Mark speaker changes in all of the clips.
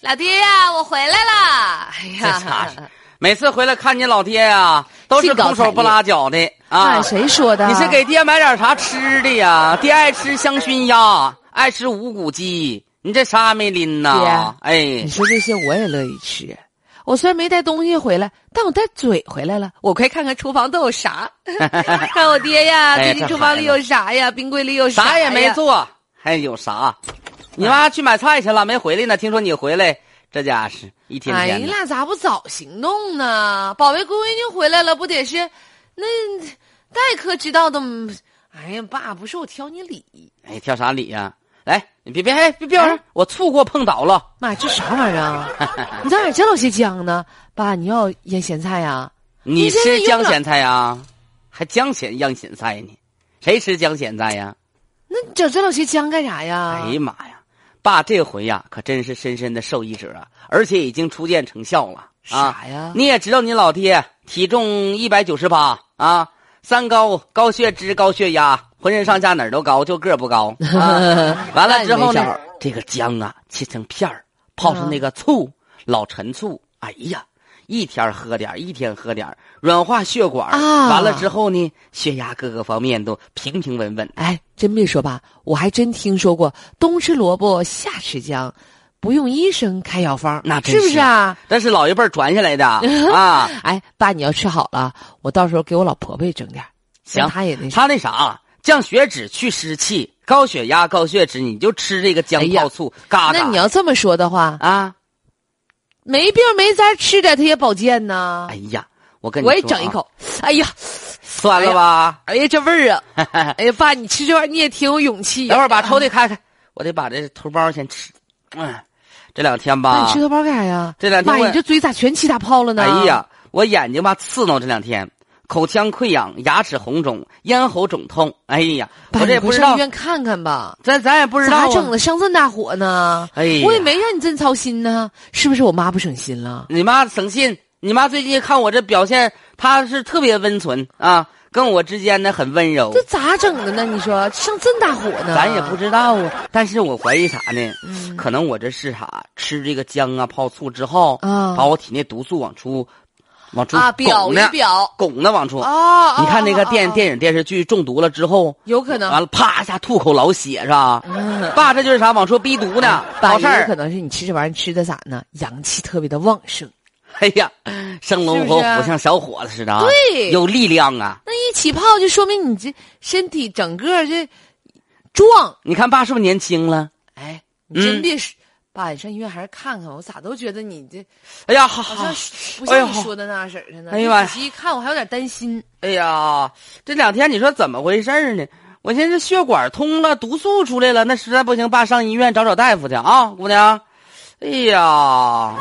Speaker 1: 老爹呀、我回来啦！哎
Speaker 2: 这家
Speaker 1: 呀
Speaker 2: 伙，每次回来看你老爹呀，都是
Speaker 1: 兴高
Speaker 2: 空手不拉脚的啊。
Speaker 1: 啊，谁说的？
Speaker 2: 你是给爹买点啥吃的呀？爹爱吃香熏鸭，爱吃五谷鸡，你这啥也没拎呐？哎
Speaker 1: 你，说这些我也乐意吃。啊我虽然没带东西回来，但我带嘴回来了。我快看看厨房都有 啥，看我爹呀，
Speaker 2: 哎呀
Speaker 1: 最近厨房里有啥呀，冰柜里有啥
Speaker 2: 啥也没
Speaker 1: 呀。
Speaker 2: 做，还有啥？你妈去买菜去了，没回来呢。听说你回来，这家是一天
Speaker 1: 哎呀，
Speaker 2: 天
Speaker 1: 你
Speaker 2: 的。
Speaker 1: 俩咋不早行动呢？宝贝闺女回来了，不得是那待客之道都？哎呀，爸，不是我挑你理，
Speaker 2: 哎，挑啥理呀？来，你别别哎，别别
Speaker 1: 哎，
Speaker 2: 我醋给我碰倒了。
Speaker 1: 妈，这啥玩意儿 啊？你咋哪这老些姜呢？爸，你要腌咸菜啊呀、
Speaker 2: 你吃江咸菜呀？还江咸样咸菜呢？谁吃江咸菜呀？
Speaker 1: 那你整这老些姜干啥呀？
Speaker 2: 哎呀妈呀！爸，这回呀可真是深深的受益者啊，而且已经初见成效了啊！
Speaker 1: 啥呀？
Speaker 2: 你也知道，你老爹体重一百九十八啊，三高：高血脂、高血压，浑身上下哪儿都高，就个儿不高。 啊、完了之
Speaker 1: 那你没招
Speaker 2: 后呢
Speaker 1: 儿，
Speaker 2: 这个姜啊切成片儿，泡上那个醋，老陈醋。哎呀，一天儿喝点儿一天喝点儿软化血管儿。
Speaker 1: 啊
Speaker 2: 完了之后呢，血压各个方面都平平稳稳。
Speaker 1: 哎，真别说吧，我还真听说过冬吃萝卜夏吃姜，不用医生开药方，
Speaker 2: 那真
Speaker 1: 是不是啊？
Speaker 2: 这是老一辈儿传下来 的啊。
Speaker 1: 哎，爸，你要吃好了，我到时候给我老婆婆也整点儿，
Speaker 2: 行
Speaker 1: 让她也那啥。
Speaker 2: 他那啥，降血脂、去湿气、高血压、高血脂，你就吃这个姜
Speaker 1: 哎呀
Speaker 2: 泡醋，嘎嘎。
Speaker 1: 那你要这么说的话，
Speaker 2: 啊，
Speaker 1: 没病没灾吃点它也保健呐。
Speaker 2: 哎呀，我跟你
Speaker 1: 我也
Speaker 2: 说
Speaker 1: 整一
Speaker 2: 啊，
Speaker 1: 口，哎呀，
Speaker 2: 酸了吧？
Speaker 1: 哎呀，这味儿 啊！哎呀，爸，你吃这玩意儿你也挺有勇气。啊
Speaker 2: 等会儿把抽屉开开，我得把这头包先吃。嗯，这两天
Speaker 1: 爸，
Speaker 2: 吧
Speaker 1: 你吃，头孢干啥呀？
Speaker 2: 这两天
Speaker 1: 妈呀，
Speaker 2: 我
Speaker 1: 你这嘴咋全起大泡了呢？
Speaker 2: 哎，呀，我眼睛吧刺挠，这两天口腔溃疡、牙齿红肿、咽喉肿痛。哎呀，
Speaker 1: 爸，
Speaker 2: 我这
Speaker 1: 你
Speaker 2: 也
Speaker 1: 快
Speaker 2: 不知
Speaker 1: 上医
Speaker 2: 道，
Speaker 1: 院看看吧。
Speaker 2: 咱咱也不知道
Speaker 1: 咋
Speaker 2: 啊。
Speaker 1: 整的上这么大火呢？
Speaker 2: 哎呀，
Speaker 1: 我也没让你真操心呢，是不是我妈不省心了？
Speaker 2: 你妈省心，你妈最近看我这表现，她是特别温存啊，跟我之间呢很温柔
Speaker 1: 这。咋整的呢？你说上这么大火呢？
Speaker 2: 咱也不知道啊，但是我怀疑啥呢？
Speaker 1: 嗯
Speaker 2: 可能我这是啥吃这个姜啊泡醋之后，
Speaker 1: 啊
Speaker 2: 把我体内毒素往出，往出
Speaker 1: 啊，表
Speaker 2: 拱
Speaker 1: 一
Speaker 2: 呢，
Speaker 1: 表
Speaker 2: 拱呢往出。
Speaker 1: 啊！
Speaker 2: 你看那个
Speaker 1: 啊
Speaker 2: 电
Speaker 1: 啊
Speaker 2: 电影电视剧中毒了之后，
Speaker 1: 有可能
Speaker 2: 完了啪一下吐口老血是吧？
Speaker 1: 嗯
Speaker 2: 爸，这就是啥往出逼毒呢？
Speaker 1: 爸
Speaker 2: 好事
Speaker 1: 也有可
Speaker 2: 儿。
Speaker 1: 能是你吃这玩意儿吃的咋呢？阳气特别的旺盛。
Speaker 2: 哎呀，生龙
Speaker 1: 是
Speaker 2: 活
Speaker 1: 不
Speaker 2: 虎
Speaker 1: 是啊
Speaker 2: 像小伙子似的啊，
Speaker 1: 对
Speaker 2: 有力量啊！
Speaker 1: 那一起泡就说明你这身体整个这壮。
Speaker 2: 你看爸是不是年轻了？
Speaker 1: 哎，你真
Speaker 2: 嗯
Speaker 1: 别说，爸，你上医院还是看看吧，我咋都觉得你这
Speaker 2: 哎呀，好
Speaker 1: 好
Speaker 2: 好
Speaker 1: 像，是不像
Speaker 2: 哎呦
Speaker 1: 你说的那样式儿的呢。
Speaker 2: 哎呀妈呀
Speaker 1: 仔细一看，我还有点担心。
Speaker 2: 哎呀，这两天你说怎么回事儿呢？我寻思血管通了，毒素出来了，那实在不行，爸上医院找找大夫去啊，姑娘。哎呀，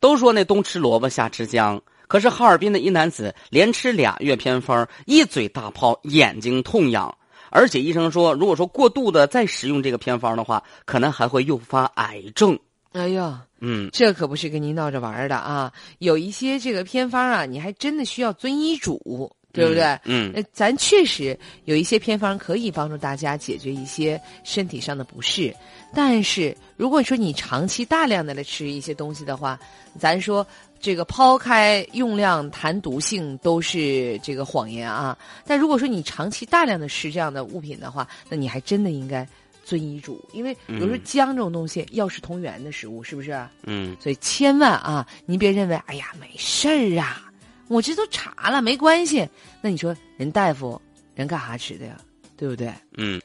Speaker 2: 都说那冬吃萝卜夏吃姜，可是哈尔滨的一男子连吃俩月偏方，一嘴大泡，眼睛痛痒，而且医生说，如果说过度的再食用这个偏方的话，可能还会诱发癌症。
Speaker 1: 哎呀，
Speaker 2: 嗯。
Speaker 1: 这可不是跟您闹着玩儿的啊！有一些这个偏方啊，你还真的需要遵医嘱，对不对？
Speaker 2: 嗯，
Speaker 1: 呃，咱确实有一些偏方可以帮助大家解决一些身体上的不适，但是如果说你长期大量的来吃一些东西的话，咱说这个抛开用量谈毒性都是这个谎言啊。但如果说你长期大量的吃这样的物品的话，那你还真的应该遵医嘱，因为比如说
Speaker 2: 嗯
Speaker 1: 姜这种东西，药食同源的食物，是不是？
Speaker 2: 嗯
Speaker 1: 所以千万啊，您别认为哎呀没事儿啊，我这都查了没关系。那你说人大夫人干啥吃的呀？对不对？
Speaker 2: 嗯，